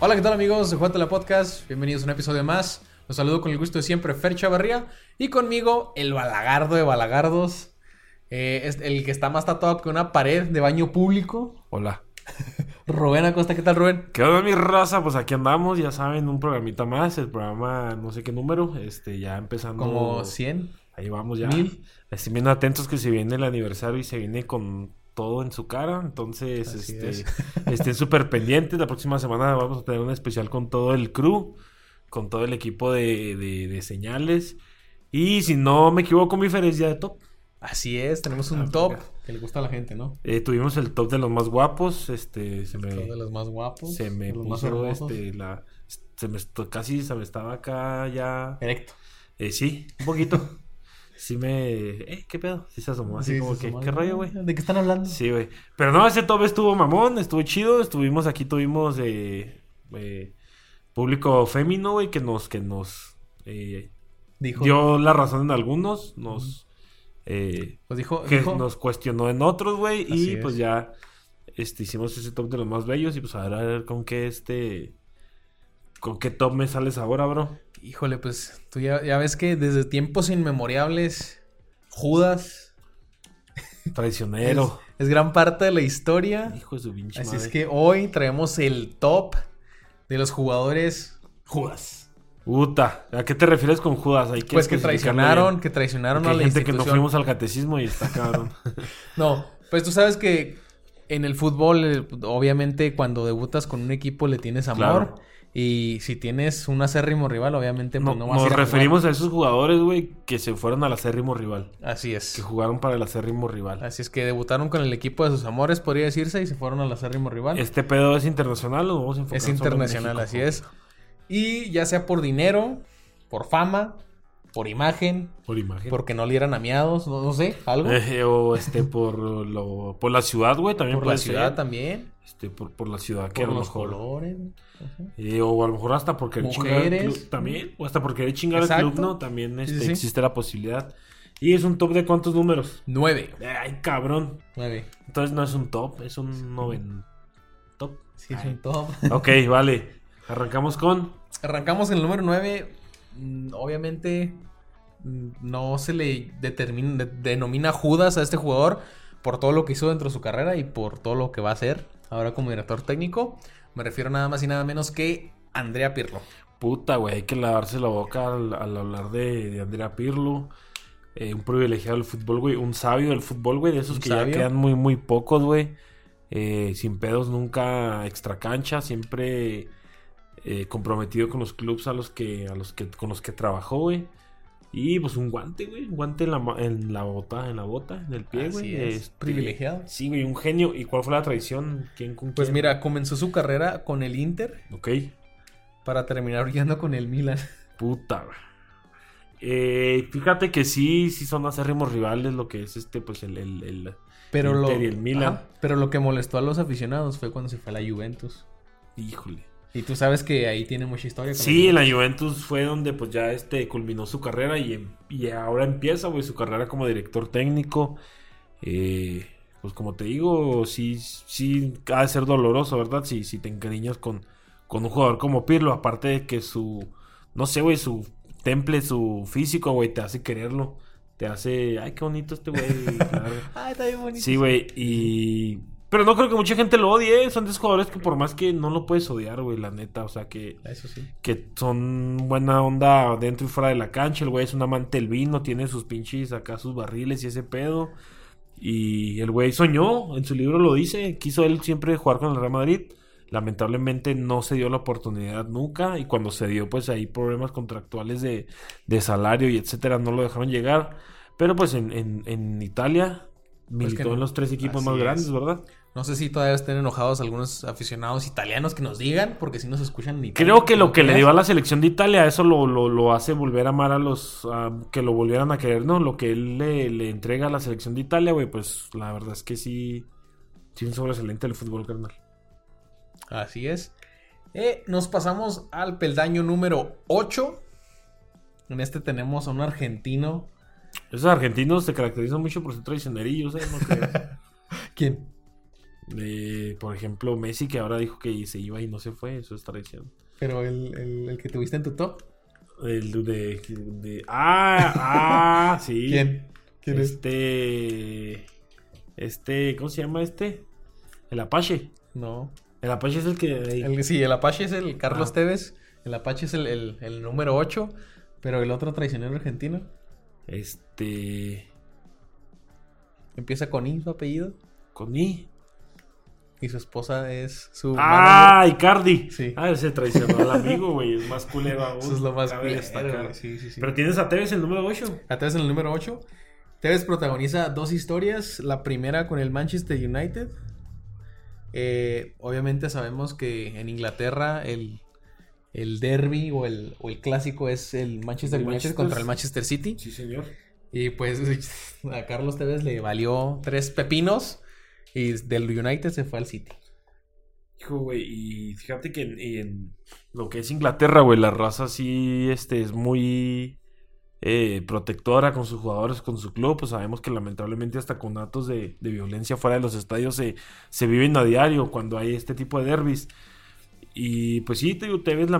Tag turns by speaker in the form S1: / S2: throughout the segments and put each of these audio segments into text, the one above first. S1: Hola, ¿qué tal amigos de Jugatela Podcast? Bienvenidos a un episodio más. Los saludo con el gusto de siempre, Fer Chavarría. Y conmigo, el balagardo de balagardos. eh, es el que está más tatuado que una pared de baño público.
S2: Hola.
S1: Rubén Acosta, ¿qué tal Rubén?
S2: ¿Qué onda, mi raza? Pues aquí andamos, ya saben, un programita más, el programa no sé qué número, este, ya empezando.
S1: Como 100.
S2: Ahí vamos ya.
S1: Mil.
S2: Estén bien atentos que se viene el aniversario y se viene con todo en su cara, entonces
S1: Así
S2: este,
S1: es.
S2: estén súper pendientes. La próxima semana vamos a tener un especial con todo el crew, con todo el equipo de, de- de señales. Y si no me equivoco, mi Fer es ya de top.
S1: Así es, tenemos
S2: Ah,
S1: un
S2: mira.
S1: top que le gusta a la gente, ¿no?
S2: Eh, tuvimos el top de los más guapos, este, se me...
S1: Uno de los más guapos.
S2: Se me
S1: de los más
S2: puso
S1: hermosos.
S2: este la se me esto- casi se me estaba acá ya
S1: Erecto.
S2: eh, sí, un poquito. sí me eh, qué pedo, sí se asomó así
S1: Sí,
S2: como
S1: sí,
S2: que
S1: su madre.
S2: qué rollo, güey.
S1: ¿De qué están hablando?
S2: Sí, güey. Pero no, ese top estuvo mamón, estuvo chido, estuvimos aquí tuvimos eh, eh, público fémino, güey, que nos que nos eh,
S1: Dijo.
S2: dio la razón en algunos, nos eh,
S1: Pues dijo.
S2: que
S1: dijo-
S2: nos cuestionó en otros, güey, y
S1: Así
S2: pues
S1: es.
S2: ya este, hicimos ese top de los más bellos y pues a ver, a ver con qué este... ¿Con qué top me sales ahora, bro?
S1: Híjole, pues tú ya, ya ves que desde tiempos inmemorables, Judas
S2: Traicionero.
S1: es gran parte de la historia.
S2: Hijo de su pinche
S1: Así
S2: madre.
S1: es que hoy traemos el top de los jugadores Judas.
S2: Puta, ¿a qué te refieres con Judas? Hay
S1: Pues que
S2: especificarlo
S1: traicionaron,
S2: bien.
S1: que traicionaron
S2: Porque
S1: a
S2: hay
S1: la
S2: gente que nos
S1: institución.
S2: fuimos al catecismo y está cabrón.
S1: No, pues tú sabes que en el fútbol, eh, obviamente, cuando debutas con un equipo le tienes amor.
S2: Claro.
S1: Y si tienes un acérrimo rival, obviamente pues,
S2: No-
S1: no, vas a
S2: nos
S1: ir a jugar.
S2: referimos a esos jugadores, güey, que se fueron al acérrimo rival.
S1: Así es.
S2: Que jugaron para el acérrimo rival.
S1: Así es que debutaron con el equipo de sus amores, podría decirse, y se fueron al acérrimo rival. Es,
S2: ¿Este pedo es internacional o vamos a enfocar solo en
S1: internacional,
S2: México?
S1: así es. Y ya sea por dinero, por fama, por imagen,
S2: Por imagen.
S1: porque no le dieran a miados, no, no sé, algo.
S2: Eh, o este por lo por la ciudad, güey, también
S1: por
S2: puede
S1: la ciudad
S2: ser.
S1: también,
S2: Este por, por la ciudad, que
S1: por
S2: a lo
S1: los
S2: mejor.
S1: colores. Ajá.
S2: Eh, o a lo mejor hasta porque chingar al
S1: Mujeres.
S2: club también, o hasta porque el chingar al
S1: Exacto.
S2: club, ¿no? También
S1: Sí,
S2: este,
S1: sí, sí.
S2: existe la posibilidad. Y es un top de cuántos números?
S1: Nueve.
S2: Ay, cabrón.
S1: Nueve.
S2: Entonces no es un top, es un noven top.
S1: Sí, es un top.
S2: Ok, vale. Arrancamos con
S1: Arrancamos en el número 9. Obviamente mm, no se le determina, de- denomina Judas a este jugador por todo lo que hizo dentro de su carrera y por todo lo que va a hacer ahora como director técnico. Me refiero nada más y nada menos que Andrea Pirlo.
S2: Puta, güey, hay que lavarse la boca al, al hablar de, de Andrea Pirlo. Eh, un privilegiado del fútbol, güey. Un sabio del fútbol, güey. De esos
S1: Un
S2: que
S1: sabio.
S2: ya quedan muy, muy pocos, güey. Eh, sin pedos, nunca extra cancha. Siempre eh, comprometido con los clubes a los que, a los que, con los que trabajó, güey. Y pues un guante, güey. Un guante en la, ma- en la bota, en la bota, en el pie,
S1: Así
S2: güey.
S1: es,
S2: Este,
S1: privilegiado.
S2: Sí, güey, un genio. ¿Y cuál fue la traición? ¿Quién con
S1: Pues
S2: quién?
S1: mira, comenzó su carrera con el Inter
S2: Ok.
S1: para terminar brillando con el Milan.
S2: Puta, güey. Eh, fíjate que sí, sí son acérrimos rivales lo que es este, pues el... el, el-
S1: Pero lo,
S2: Inter y el Milan.
S1: Ajá, pero lo que molestó a los aficionados fue cuando se fue a la Juventus.
S2: Híjole.
S1: Y tú sabes que ahí tiene mucha historia. con
S2: Sí,
S1: el-
S2: la Juventus fue donde pues ya este culminó su carrera y, em- y ahora empieza, güey, su carrera como director técnico. Eh, pues como te digo, sí, sí ha de ser doloroso, ¿verdad? Si, si te encariñas con, con un jugador como Pirlo, aparte de que su, no sé, güey, su temple, su físico, güey, te hace quererlo. Te hace, ay, qué bonito este güey. la verga.
S1: Ay, Ah, está bien bonito.
S2: Sí, güey, y... Pero no creo que mucha gente lo odie, ¿eh? son de esos jugadores que por más que no lo puedes odiar, güey, la neta, o sea, que,
S1: Eso sí.
S2: que son buena onda dentro y fuera de la cancha, el güey es un amante del vino, tiene sus pinches acá, sus barriles y ese pedo, y el güey soñó, en su libro lo dice, quiso él siempre jugar con el Real Madrid, lamentablemente no se dio la oportunidad nunca, y cuando se dio, pues ahí problemas contractuales de, de salario y etcétera, no lo dejaron llegar, pero pues en, en, en Italia... Militó
S1: no.
S2: en los tres
S1: Pues
S2: equipos
S1: Así
S2: más
S1: es.
S2: grandes, ¿verdad?
S1: No sé si todavía estén enojados algunos aficionados italianos que nos digan, porque si nos escuchan ni
S2: Creo que lo que le dio a la selección de Italia, eso lo, lo, lo hace volver a amar a los a que lo volvieran a querer, ¿no? Lo que él le, le entrega a la selección de Italia, güey, pues la verdad es que sí. Sí, un sobresaliente del fútbol, carnal.
S1: Así es. Eh, nos pasamos al peldaño número 8. En este tenemos a un argentino.
S2: Esos argentinos se caracterizan mucho por ser traicionerillos, ¿eh? No creo.
S1: ¿Quién?
S2: Eh, por ejemplo, Messi que ahora dijo que se iba y no se fue, eso es traición.
S1: Pero el, el- el que tuviste en tu top.
S2: El de, de- Ah, ah, sí.
S1: ¿Quién? ¿Quién es?
S2: Este. Este, ¿cómo se llama este? El Apache.
S1: No.
S2: El Apache es el que.
S1: El- sí, el Apache es el Carlos
S2: Ah.
S1: Tevez. El Apache es el, el- el número 8. Pero el otro traicionero argentino
S2: Este.
S1: empieza con I, su apellido.
S2: Con I.
S1: Y su esposa es su
S2: Ah, Icardi.
S1: Sí.
S2: Ah, ese traicionó al amigo, güey. Es más culero aún.
S1: manager. Eso es lo más
S2: Cabe
S1: culero,
S2: destacar.
S1: güey. Sí, sí, sí.
S2: Pero tienes a Tevez el número 8.
S1: A través del número 8, Tevez protagoniza dos historias. La primera con el Manchester United. Eh, obviamente sabemos que en Inglaterra el, el derby o el, o el clásico es el Manchester United
S2: El Manchester.
S1: contra el Manchester City.
S2: Sí, señor.
S1: Y pues a Carlos Tevez le valió tres pepinos y del United se fue al City.
S2: Hijo, güey, y fíjate que en, en lo que es Inglaterra, güey, la raza sí este, es muy eh, protectora con sus jugadores, con su club. Pues sabemos que lamentablemente hasta con actos de, de violencia fuera de los estadios se, se viven a diario cuando hay este tipo de derbis. Y pues sí, te digo, Tevez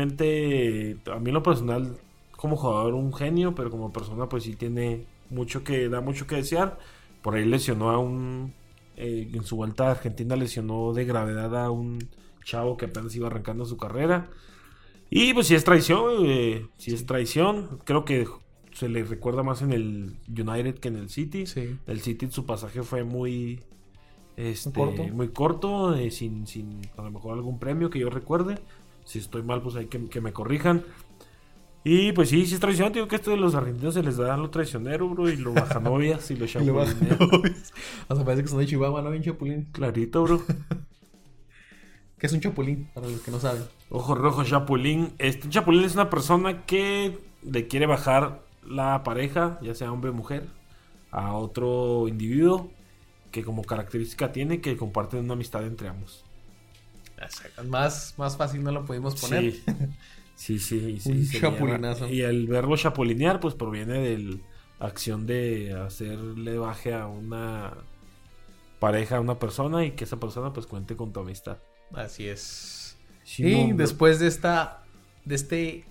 S2: lamentablemente, eh, a mí en lo personal, como jugador un genio, pero como persona pues sí tiene mucho que, da mucho que desear. Por ahí lesionó a un, eh, en su vuelta a Argentina lesionó de gravedad a un chavo que apenas iba arrancando su carrera. Y pues si es traición, eh, si es traición, creo que se le recuerda más en el United que en el City.
S1: Sí.
S2: El City su pasaje fue muy este,
S1: corto.
S2: muy corto, eh, sin, sin a lo mejor algún premio que yo recuerde. Si estoy mal, pues hay que, que me corrijan. Y pues sí, si es traición, digo que esto de los argentinos se les da lo traicionero, bro, y lo bajanovias y lo
S1: Y luego-
S2: chapulinean.
S1: o sea, parece que son de Chihuahua, ¿no? Un chapulín.
S2: Clarito, bro.
S1: ¿Qué es un chapulín? Para los que no saben.
S2: Ojo rojo, Chapulín. Este Chapulín es una persona que le quiere bajar la pareja, ya sea hombre o mujer, a otro individuo que como característica tiene que comparten una amistad entre ambos.
S1: Más, más fácil no lo pudimos poner.
S2: Sí, sí, sí. sí,
S1: Un
S2: sería-
S1: chapulinazo.
S2: Y el verbo chapulinear, pues proviene de la acción de hacerle baje a una pareja, a una persona y que esa persona pues cuente con tu amistad.
S1: Así es.
S2: Sí,
S1: y
S2: no,
S1: después de esta, de este,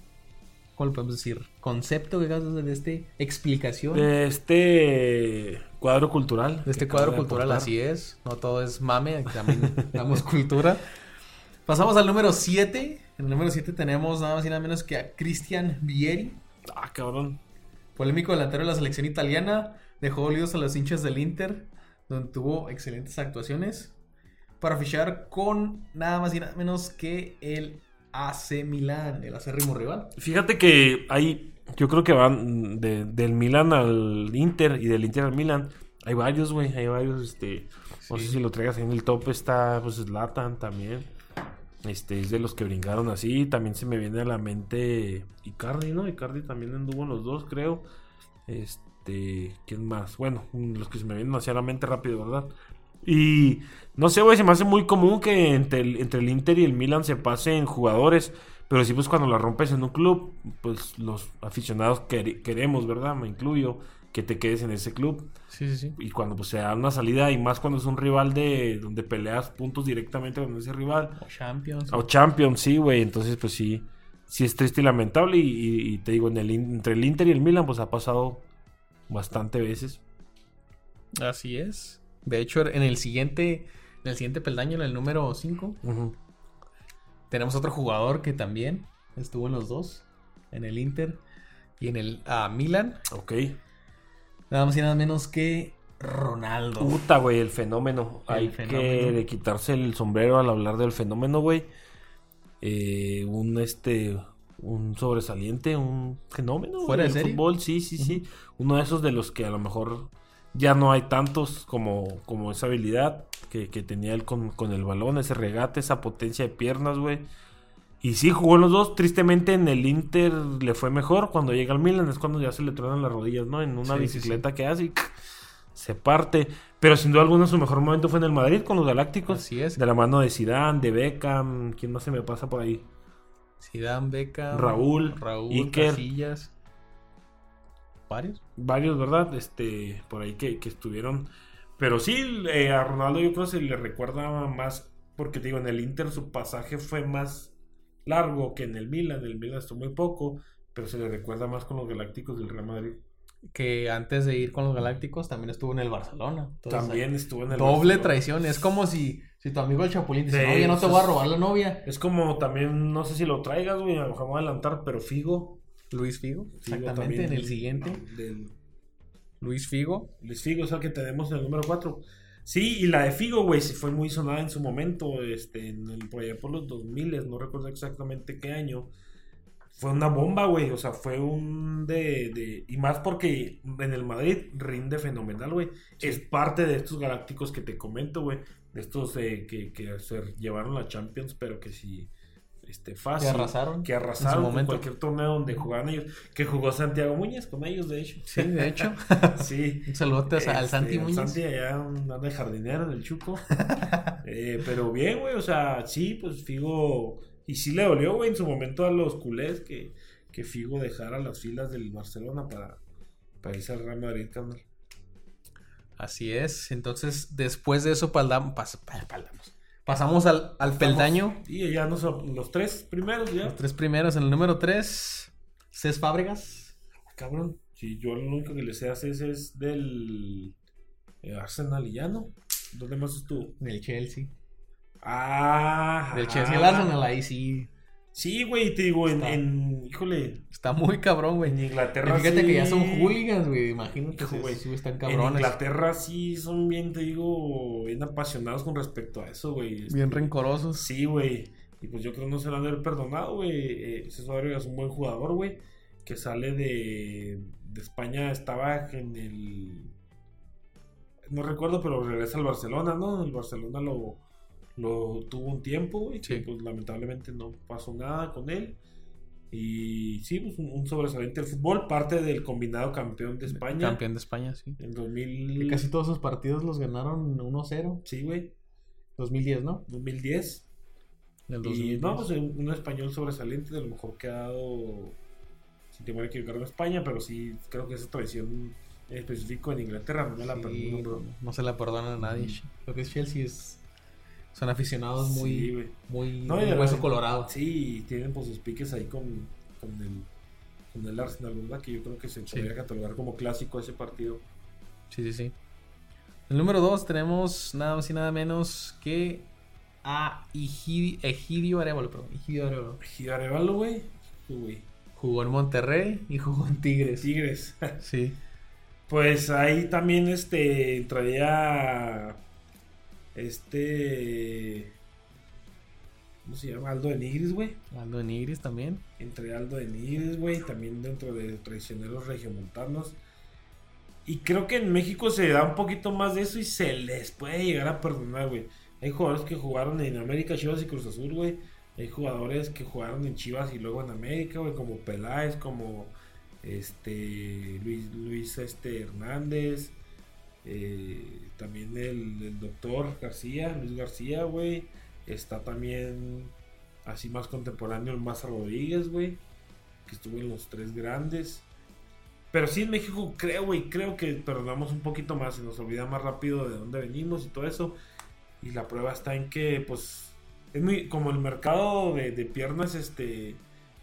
S1: ¿cómo lo podemos decir? Concepto que acabas de hacer, de este explicación, de,
S2: de este cuadro cultural.
S1: este cuadro cultural,
S2: así
S1: así es. No todo es mame, aquí también damos cultura. Pasamos al número 7. En el número 7 tenemos nada más y nada menos que a Cristian Vieri,
S2: Ah, cabrón.
S1: polémico delantero de la selección italiana. Dejó olidos a los hinchas del Inter, donde tuvo excelentes actuaciones. Para fichar con nada más y nada menos que el AC Milán, el acérrimo rival.
S2: Fíjate que ahí, yo creo que van de- del Milan al Inter y del Inter al Milan. Hay varios, güey, hay varios, este... No sé
S1: Sí.
S2: si lo traigas ahí en el top, está pues Zlatan también. Este, es de los que brincaron así. También se me viene a la mente Icardi, ¿no? Icardi también anduvo en los dos, creo. Este, ¿quién más? Bueno, los que se me vienen hacia la mente rápido, ¿verdad? Y no sé, güey, se me hace muy común que entre el, entre el Inter y el Milan se pasen jugadores. Pero sí, pues cuando la rompes en un club, pues los aficionados quere- queremos, ¿verdad? Me incluyo, que te quedes en ese club
S1: Sí, sí, sí.
S2: y cuando pues, se da una salida y más cuando es un rival de donde peleas puntos directamente con ese rival
S1: O Champions.
S2: o Champions sí güey entonces pues sí sí es triste y lamentable y, y- y te digo en el In- entre el Inter y el Milan pues ha pasado bastante veces
S1: Así es. De hecho, en el siguiente, en el siguiente peldaño, en el número 5, tenemos otro jugador que también estuvo en los dos, en el Inter y en el ah, Milan.
S2: ok
S1: Nada más y nada menos que Ronaldo.
S2: puta güey el fenómeno
S1: El
S2: hay que
S1: fenómeno.
S2: de quitarse el sombrero al hablar del fenómeno güey Eh, un este un sobresaliente un fenómeno güey,
S1: Fuera de
S2: del
S1: serie.
S2: fútbol sí sí sí
S1: Ujú.
S2: uno de esos de los que a lo mejor ya no hay tantos como, como esa habilidad que, que tenía él con, con el balón, ese regate, esa potencia de piernas, güey. Y sí, jugó en los dos. Tristemente en el Inter le fue mejor. Cuando llega al Milan es cuando ya se le truenan las rodillas, ¿no? En una
S1: Sí, sí,
S2: bicicleta que hace y se parte. Pero sin duda alguna su mejor momento fue en el Madrid con los Galácticos.
S1: Así es.
S2: De la mano de Zidane, de Beckham, ¿quién más se me pasa por ahí?
S1: Zidane, Beca,
S2: Raúl,
S1: Raúl,
S2: Iker.
S1: Casillas. ¿Varios?
S2: Varios, ¿verdad? Este, por ahí que, que estuvieron. Pero sí, eh, a Ronaldo yo creo que se le recuerda más, porque te digo, en el Inter su pasaje fue más largo que en el Milan. En el Milan estuvo muy poco, pero se le recuerda más con los Galácticos del Real Madrid.
S1: Que antes de ir con los Galácticos también estuvo en el Barcelona. Entonces,
S2: También estuvo en el
S1: Doble
S2: Barcelona.
S1: traición. Es como si, si tu amigo el Chapulín dice,
S2: Sí,
S1: oye, no te
S2: pues
S1: voy a
S2: es-
S1: robar la novia.
S2: Es como también, no sé si lo traigas, güey, a lo mejor me voy a adelantar, pero Figo.
S1: Luis Figo.
S2: Figo
S1: Exactamente,
S2: también
S1: en el
S2: del-
S1: siguiente.
S2: del-
S1: Luis Figo.
S2: Luis Figo es el que tenemos en el número 4. Sí, y la de Figo, güey, sí fue muy sonada en su momento, este, en el, por allá por los 2000, no recuerdo exactamente qué año. Fue una bomba, güey, o sea, fue un de, de- Y más porque en el Madrid rinde fenomenal, güey. Es parte de estos galácticos que te comento, güey. De estos eh, que, que se llevaron la Champions, pero que sí, este,
S1: Que
S2: fácil.
S1: arrasaron.
S2: Que arrasaron
S1: en su
S2: con
S1: momento.
S2: cualquier torneo donde jugaban ellos. Que jugó Santiago Muñez con ellos, de hecho.
S1: Sí, de hecho.
S2: sí.
S1: Un saludote a- al
S2: Este,
S1: Santi
S2: al
S1: Muñiz.
S2: Santi allá un- anda de jardinero del Chuco. Eh, pero bien, güey, o sea, sí, pues Figo. Y sí le dolió, güey, en su momento a los culés que, que Figo dejara las filas del Barcelona para, para irse al Real Madrid, carnal.
S1: Así es. Entonces, después de eso, palda- pas- pa- paldamos. pasamos al, al peldaño.
S2: Y ya no son- los tres primeros, ya.
S1: Los tres primeros. En el número tres, Cés Fábregas.
S2: Cabrón. Si yo lo único que les sé hacer es del eh, Arsenal y ya no. ¿Dónde más estuvo?
S1: Del Chelsea.
S2: Ah,
S1: Del Chelsea
S2: ajá.
S1: al Arsenal, ahí sí.
S2: Sí, güey, te digo, en,
S1: Está.
S2: en- híjole,
S1: Está muy cabrón,
S2: en
S1: güey. Y
S2: Inglaterra
S1: fíjate
S2: sí-
S1: que ya son hooligans, güey. Imagínate
S2: Hijo, güey.
S1: que sí, están
S2: En
S1: cabrones.
S2: Inglaterra sí son bien, te digo, bien apasionados con respecto a eso, güey.
S1: Bien rencorosos.
S2: Sí, güey. Y pues yo creo que no se lo han de haber perdonado, güey. Eh, César Fábregas es un buen jugador, güey. Que sale de, de España, estaba en el. No recuerdo, pero regresa al Barcelona, ¿no? El Barcelona lo, lo tuvo un tiempo, güey.
S1: Sí.
S2: que, pues lamentablemente no pasó nada con él. Y sí, pues un, un sobresaliente del fútbol, parte del combinado campeón de España.
S1: Campeón de España, sí.
S2: En
S1: Que
S2: 2000.
S1: casi todos sus partidos los ganaron 1-0.
S2: Sí, güey.
S1: 2010, ¿no?
S2: 2010.
S1: En el
S2: Y
S1: 2010.
S2: no, pues un un español sobresaliente, de lo mejor que ha dado. Si te voy a equivocar en España, pero sí creo que esa tradición en específico en Inglaterra no me la
S1: Sí,
S2: perdono, bro.
S1: no se la perdona a nadie.
S2: Ujú.
S1: Lo que es Chelsea es. Son aficionados muy.
S2: Sí, güey.
S1: muy
S2: No, y
S1: muy
S2: de
S1: hueso
S2: repente-
S1: colorado.
S2: Sí, y tienen pues sus piques ahí con, con, el, con el Arsenal, ¿verdad? Que yo creo que se
S1: Sí.
S2: podría catalogar como clásico ese partido.
S1: Sí, sí, sí. El número 2 tenemos nada más y nada menos que a Egidio, Egidio Arevalo, perdón. Egidio Arevalo.
S2: Gigarevalo, güey. Tú, güey.
S1: Jugó en Monterrey y jugó en Tigres. Sí.
S2: Tigres. Pues ahí también este entraría este ¿cómo se llama? Aldo de Nigris, güey.
S1: Aldo en Igris también.
S2: Entraría Aldo de Nigris, güey, también dentro de traicioneros regiomontanos. Y creo que en México se da un poquito más de eso y se les puede llegar a perdonar, güey. Hay jugadores que jugaron en América, Chivas y Cruz Azul, güey. Hay jugadores que jugaron en Chivas y luego en América, güey, como Peláez, como este Luis, Luis este, Hernández, eh, también el, el doctor García, Luis García, güey. Está también así más contemporáneo el Maza Rodríguez, güey, que estuvo en los tres grandes. Pero sí en México creo, güey, creo que perdonamos un poquito más, se nos olvida más rápido de dónde venimos y todo eso. Y la prueba está en que, pues, es muy, como el mercado de, de piernas, este,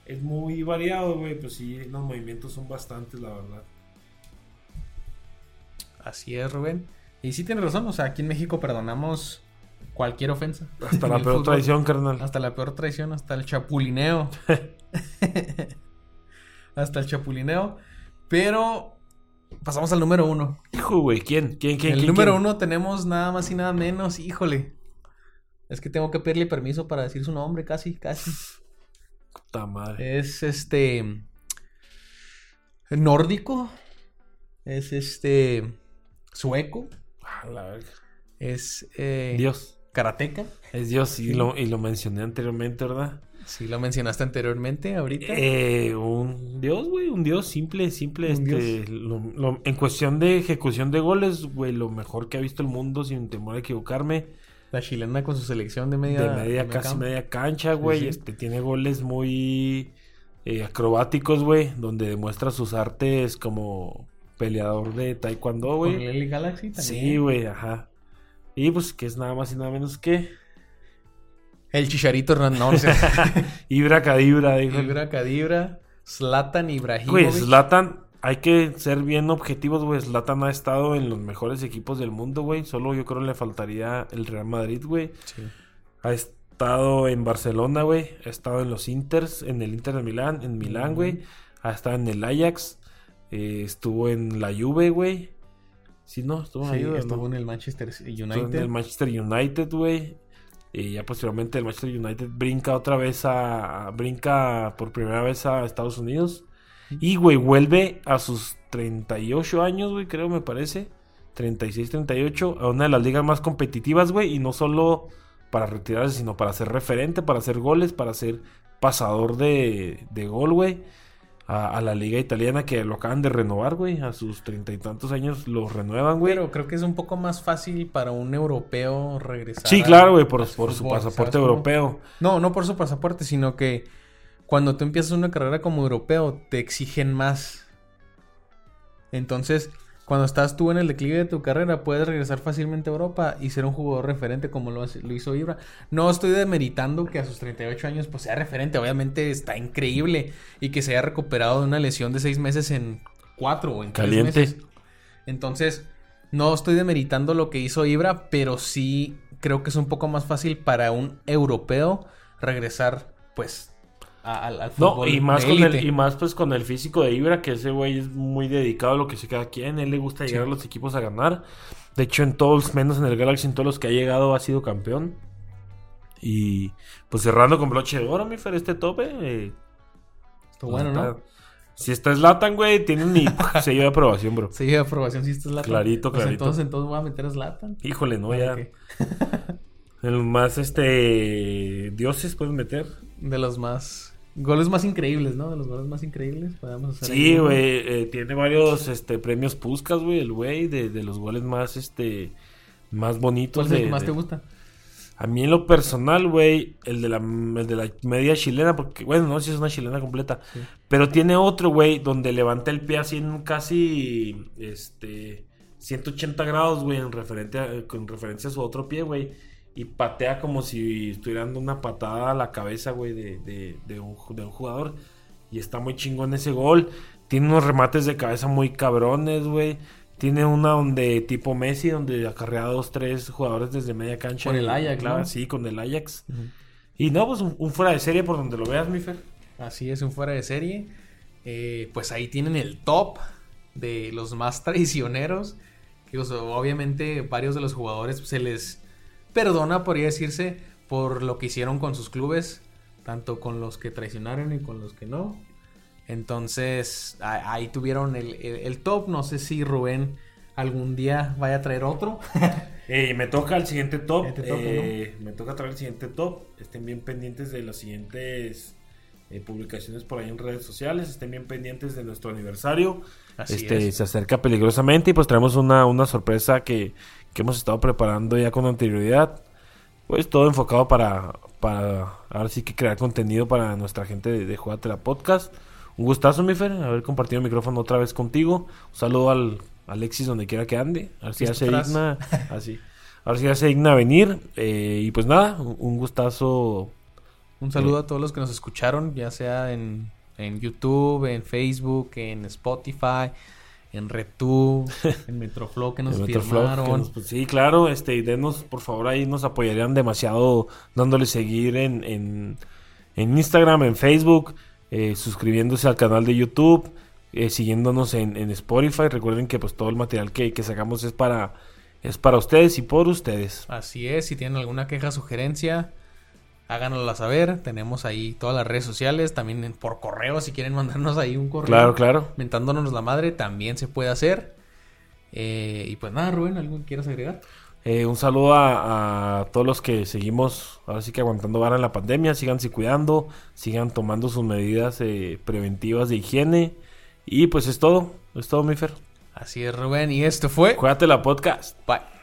S2: es muy variado, güey, pues sí, los movimientos son bastantes, la verdad.
S1: Así es, Rubén. Y sí tienes razón, o sea, aquí en México perdonamos cualquier ofensa.
S2: Hasta
S1: la peor traición,
S2: carnal.
S1: Hasta la peor traición, hasta el chapulineo. hasta el chapulineo. Pero pasamos al número uno.
S2: Hijo, güey, ¿quién? ¿Quién,
S1: el número uno tenemos nada más y nada menos, híjole. Es que tengo que pedirle permiso para decir su nombre, casi, casi.
S2: Puta madre.
S1: Es este. Nórdico. Es este. Sueco. eh, Es. eh,
S2: Dios.
S1: Karateca. eh,
S2: Es Dios, y lo, y lo mencioné anteriormente, ¿verdad?
S1: Sí, lo mencionaste anteriormente, ahorita.
S2: Eh, un dios, güey, un dios simple, simple.
S1: Un
S2: este, lo- lo- en cuestión de ejecución de goles, güey, lo mejor que ha visto el mundo, sin temor a equivocarme.
S1: La chilena con su selección de media.
S2: de media, casi
S1: campo.
S2: media cancha, güey.
S1: sí.
S2: Este, tiene goles muy eh, acrobáticos, güey, donde demuestra sus artes como peleador de taekwondo,
S1: Con
S2: güey.
S1: el LA Galaxy también.
S2: Sí, güey, ajá. Y pues que es nada más y nada menos que
S1: El Chicharito Hernández. No, o sea,
S2: Ibra Cadibra, dijo.
S1: Ibra Cadibra, Zlatan
S2: Güey,
S1: Ibrahimovic.
S2: Zlatan, hay que ser bien objetivos, güey. Zlatan ha estado en los mejores equipos del mundo, güey. Solo yo creo le faltaría el Real Madrid, güey.
S1: Sí.
S2: Ha estado en Barcelona, güey. Ha estado en los Inters, en el Inter de Milán, en Milán, güey. Ha estado en el Ajax. eh, estuvo en la Juve, güey. Sí, no, estuvo en la
S1: Sí,
S2: Juve,
S1: estuvo
S2: ¿no?
S1: en el Manchester
S2: Estuvo en
S1: United.
S2: el Manchester United, güey. Y ya posteriormente el Manchester United brinca otra vez a, a- Brinca por primera vez a Estados Unidos. Y, güey, vuelve a sus 38 años, güey, creo, me parece. 36, 38. A una de las ligas más competitivas, güey. Y no solo para retirarse, sino para ser referente, para hacer goles, para ser pasador de, de gol, güey. A, a la liga italiana que lo acaban de renovar, güey. A sus treinta y tantos años lo renuevan, güey.
S1: Pero creo que es un poco más fácil para un europeo regresar.
S2: Sí,
S1: al-
S2: claro, güey, por,
S1: al
S2: por su
S1: fútbol,
S2: pasaporte
S1: ¿sabes cómo?
S2: europeo.
S1: No, no por su pasaporte, sino que cuando tú empiezas una carrera como europeo, te exigen más. Entonces, cuando estás tú en el declive de tu carrera, puedes regresar fácilmente a Europa y ser un jugador referente como lo, hace- lo hizo Ibra. No estoy demeritando que a sus 38 años pues sea referente, obviamente está increíble y que se haya recuperado de una lesión de seis meses en cuatro o en tres
S2: Caliente.
S1: meses. Entonces, no estoy demeritando lo que hizo Ibra, pero sí creo que es un poco más fácil para un europeo regresar, pues, a- al, al
S2: No,
S1: fútbol.
S2: y más,
S1: de
S2: con el,
S1: élite.
S2: y más pues con el físico de Ibra, que ese güey es muy dedicado a lo que se cada quien. Él le gusta llegar
S1: Sí.
S2: a los equipos a ganar. De hecho, en todos, menos en el Galaxy, en todos los que ha llegado ha sido campeón. Y pues cerrando con broche de oro, mi Fer, este tope. eh,
S1: Está Pues bueno, ¿no?
S2: está- Si está Slatan, güey, tiene mi sello de aprobación, bro.
S1: Sí, aprobación, sí, esto es Latan.
S2: Clarito, clarito.
S1: entonces, entonces voy a meter a Zlatan.
S2: Híjole, no,
S1: Ah,
S2: ya.
S1: Ok.
S2: De los más este dioses pueden meter.
S1: De los más. Goles más increíbles, ¿no? De los goles más increíbles. Podemos hacer ahí
S2: Sí,
S1: uno.
S2: güey, eh, tiene varios este, premios Puskas, güey, el güey, de, de los goles más, este, más
S1: ¿Cuál
S2: bonitos.
S1: es el
S2: de-
S1: que más
S2: de-
S1: te gusta?
S2: A mí en lo personal, güey, el, de la- el de la media chilena, porque, bueno, no sé si es una chilena completa,
S1: Sí.
S2: pero tiene otro, güey, donde levanta el pie así en casi, este, 180 grados, güey, en referente a- con referencia a su otro pie, güey, y patea como si estuviera dando una patada a la cabeza, güey, de, de- de un, ju- de un jugador. Y está muy chingón ese gol. Tiene unos remates de cabeza muy cabrones, güey. Tiene una donde tipo Messi, donde acarrea dos, tres jugadores desde media cancha.
S1: Con el
S2: Y-
S1: Ajax,
S2: claro,
S1: ¿no?
S2: Sí, con el Ajax. Y no, pues un, un fuera de serie por donde lo veas, mi Fer.
S1: Así es, un fuera de serie. Eh, pues ahí tienen el top de los más traicioneros. Que, o sea, obviamente varios de los jugadores pues, se les perdona, podría decirse, por lo que hicieron con sus clubes. Tanto con los que traicionaron y con los que no. Entonces a- ahí tuvieron el, el- el top. No sé si Rubén algún día vaya a traer otro.
S2: Eh, me toca el siguiente top.
S1: Este top,
S2: eh, Me toca traer el siguiente top. Estén bien pendientes de las siguientes eh, publicaciones por ahí en redes sociales. Estén bien pendientes de nuestro aniversario.
S1: Así
S2: este,
S1: es.
S2: Se acerca peligrosamente y pues traemos una, una sorpresa que, que hemos estado preparando ya con anterioridad. Pues todo enfocado para, para ahora sí que crear contenido para nuestra gente de, de Jugatela Podcast. Un gustazo, mi Fer, haber compartido el micrófono otra vez contigo. Un saludo al Alexis donde quiera que ande. A ver si ya se
S1: Christopher.
S2: digna. Así. A ver si ya se digna venir. Eh, y pues nada, un- un gustazo
S1: Un saludo a todos los que nos escucharon, ya sea en, en YouTube, en Facebook, en Spotify, en RedTube, en Metroflow que nos
S2: El Metroflog,
S1: firmaron.
S2: que nos- pues, sí, claro, este, y denos, por favor, ahí nos apoyarían demasiado dándole seguir en, en, en Instagram, en Facebook, eh, suscribiéndose al canal de YouTube, eh, siguiéndonos en, en Spotify. Recuerden que pues todo el material que, que sacamos es para, es para ustedes y por ustedes.
S1: Así es, si tienen alguna queja, sugerencia, háganosla saber. Tenemos ahí todas las redes sociales, también en- por correo, si quieren mandarnos ahí un correo.
S2: Claro, claro.
S1: Mentándonos la madre, también se puede hacer. Eh, y pues nada, Rubén, ¿algo que quieras agregar?
S2: Eh, un saludo a, a todos los que seguimos, ahora sí que aguantando vara en la pandemia, síganse cuidando, sigan tomando sus medidas eh, preventivas de higiene. Y pues es todo, es todo, mi Fer.
S1: Así es, Rubén. Y esto fue.
S2: Cuídate la podcast.
S1: Bye.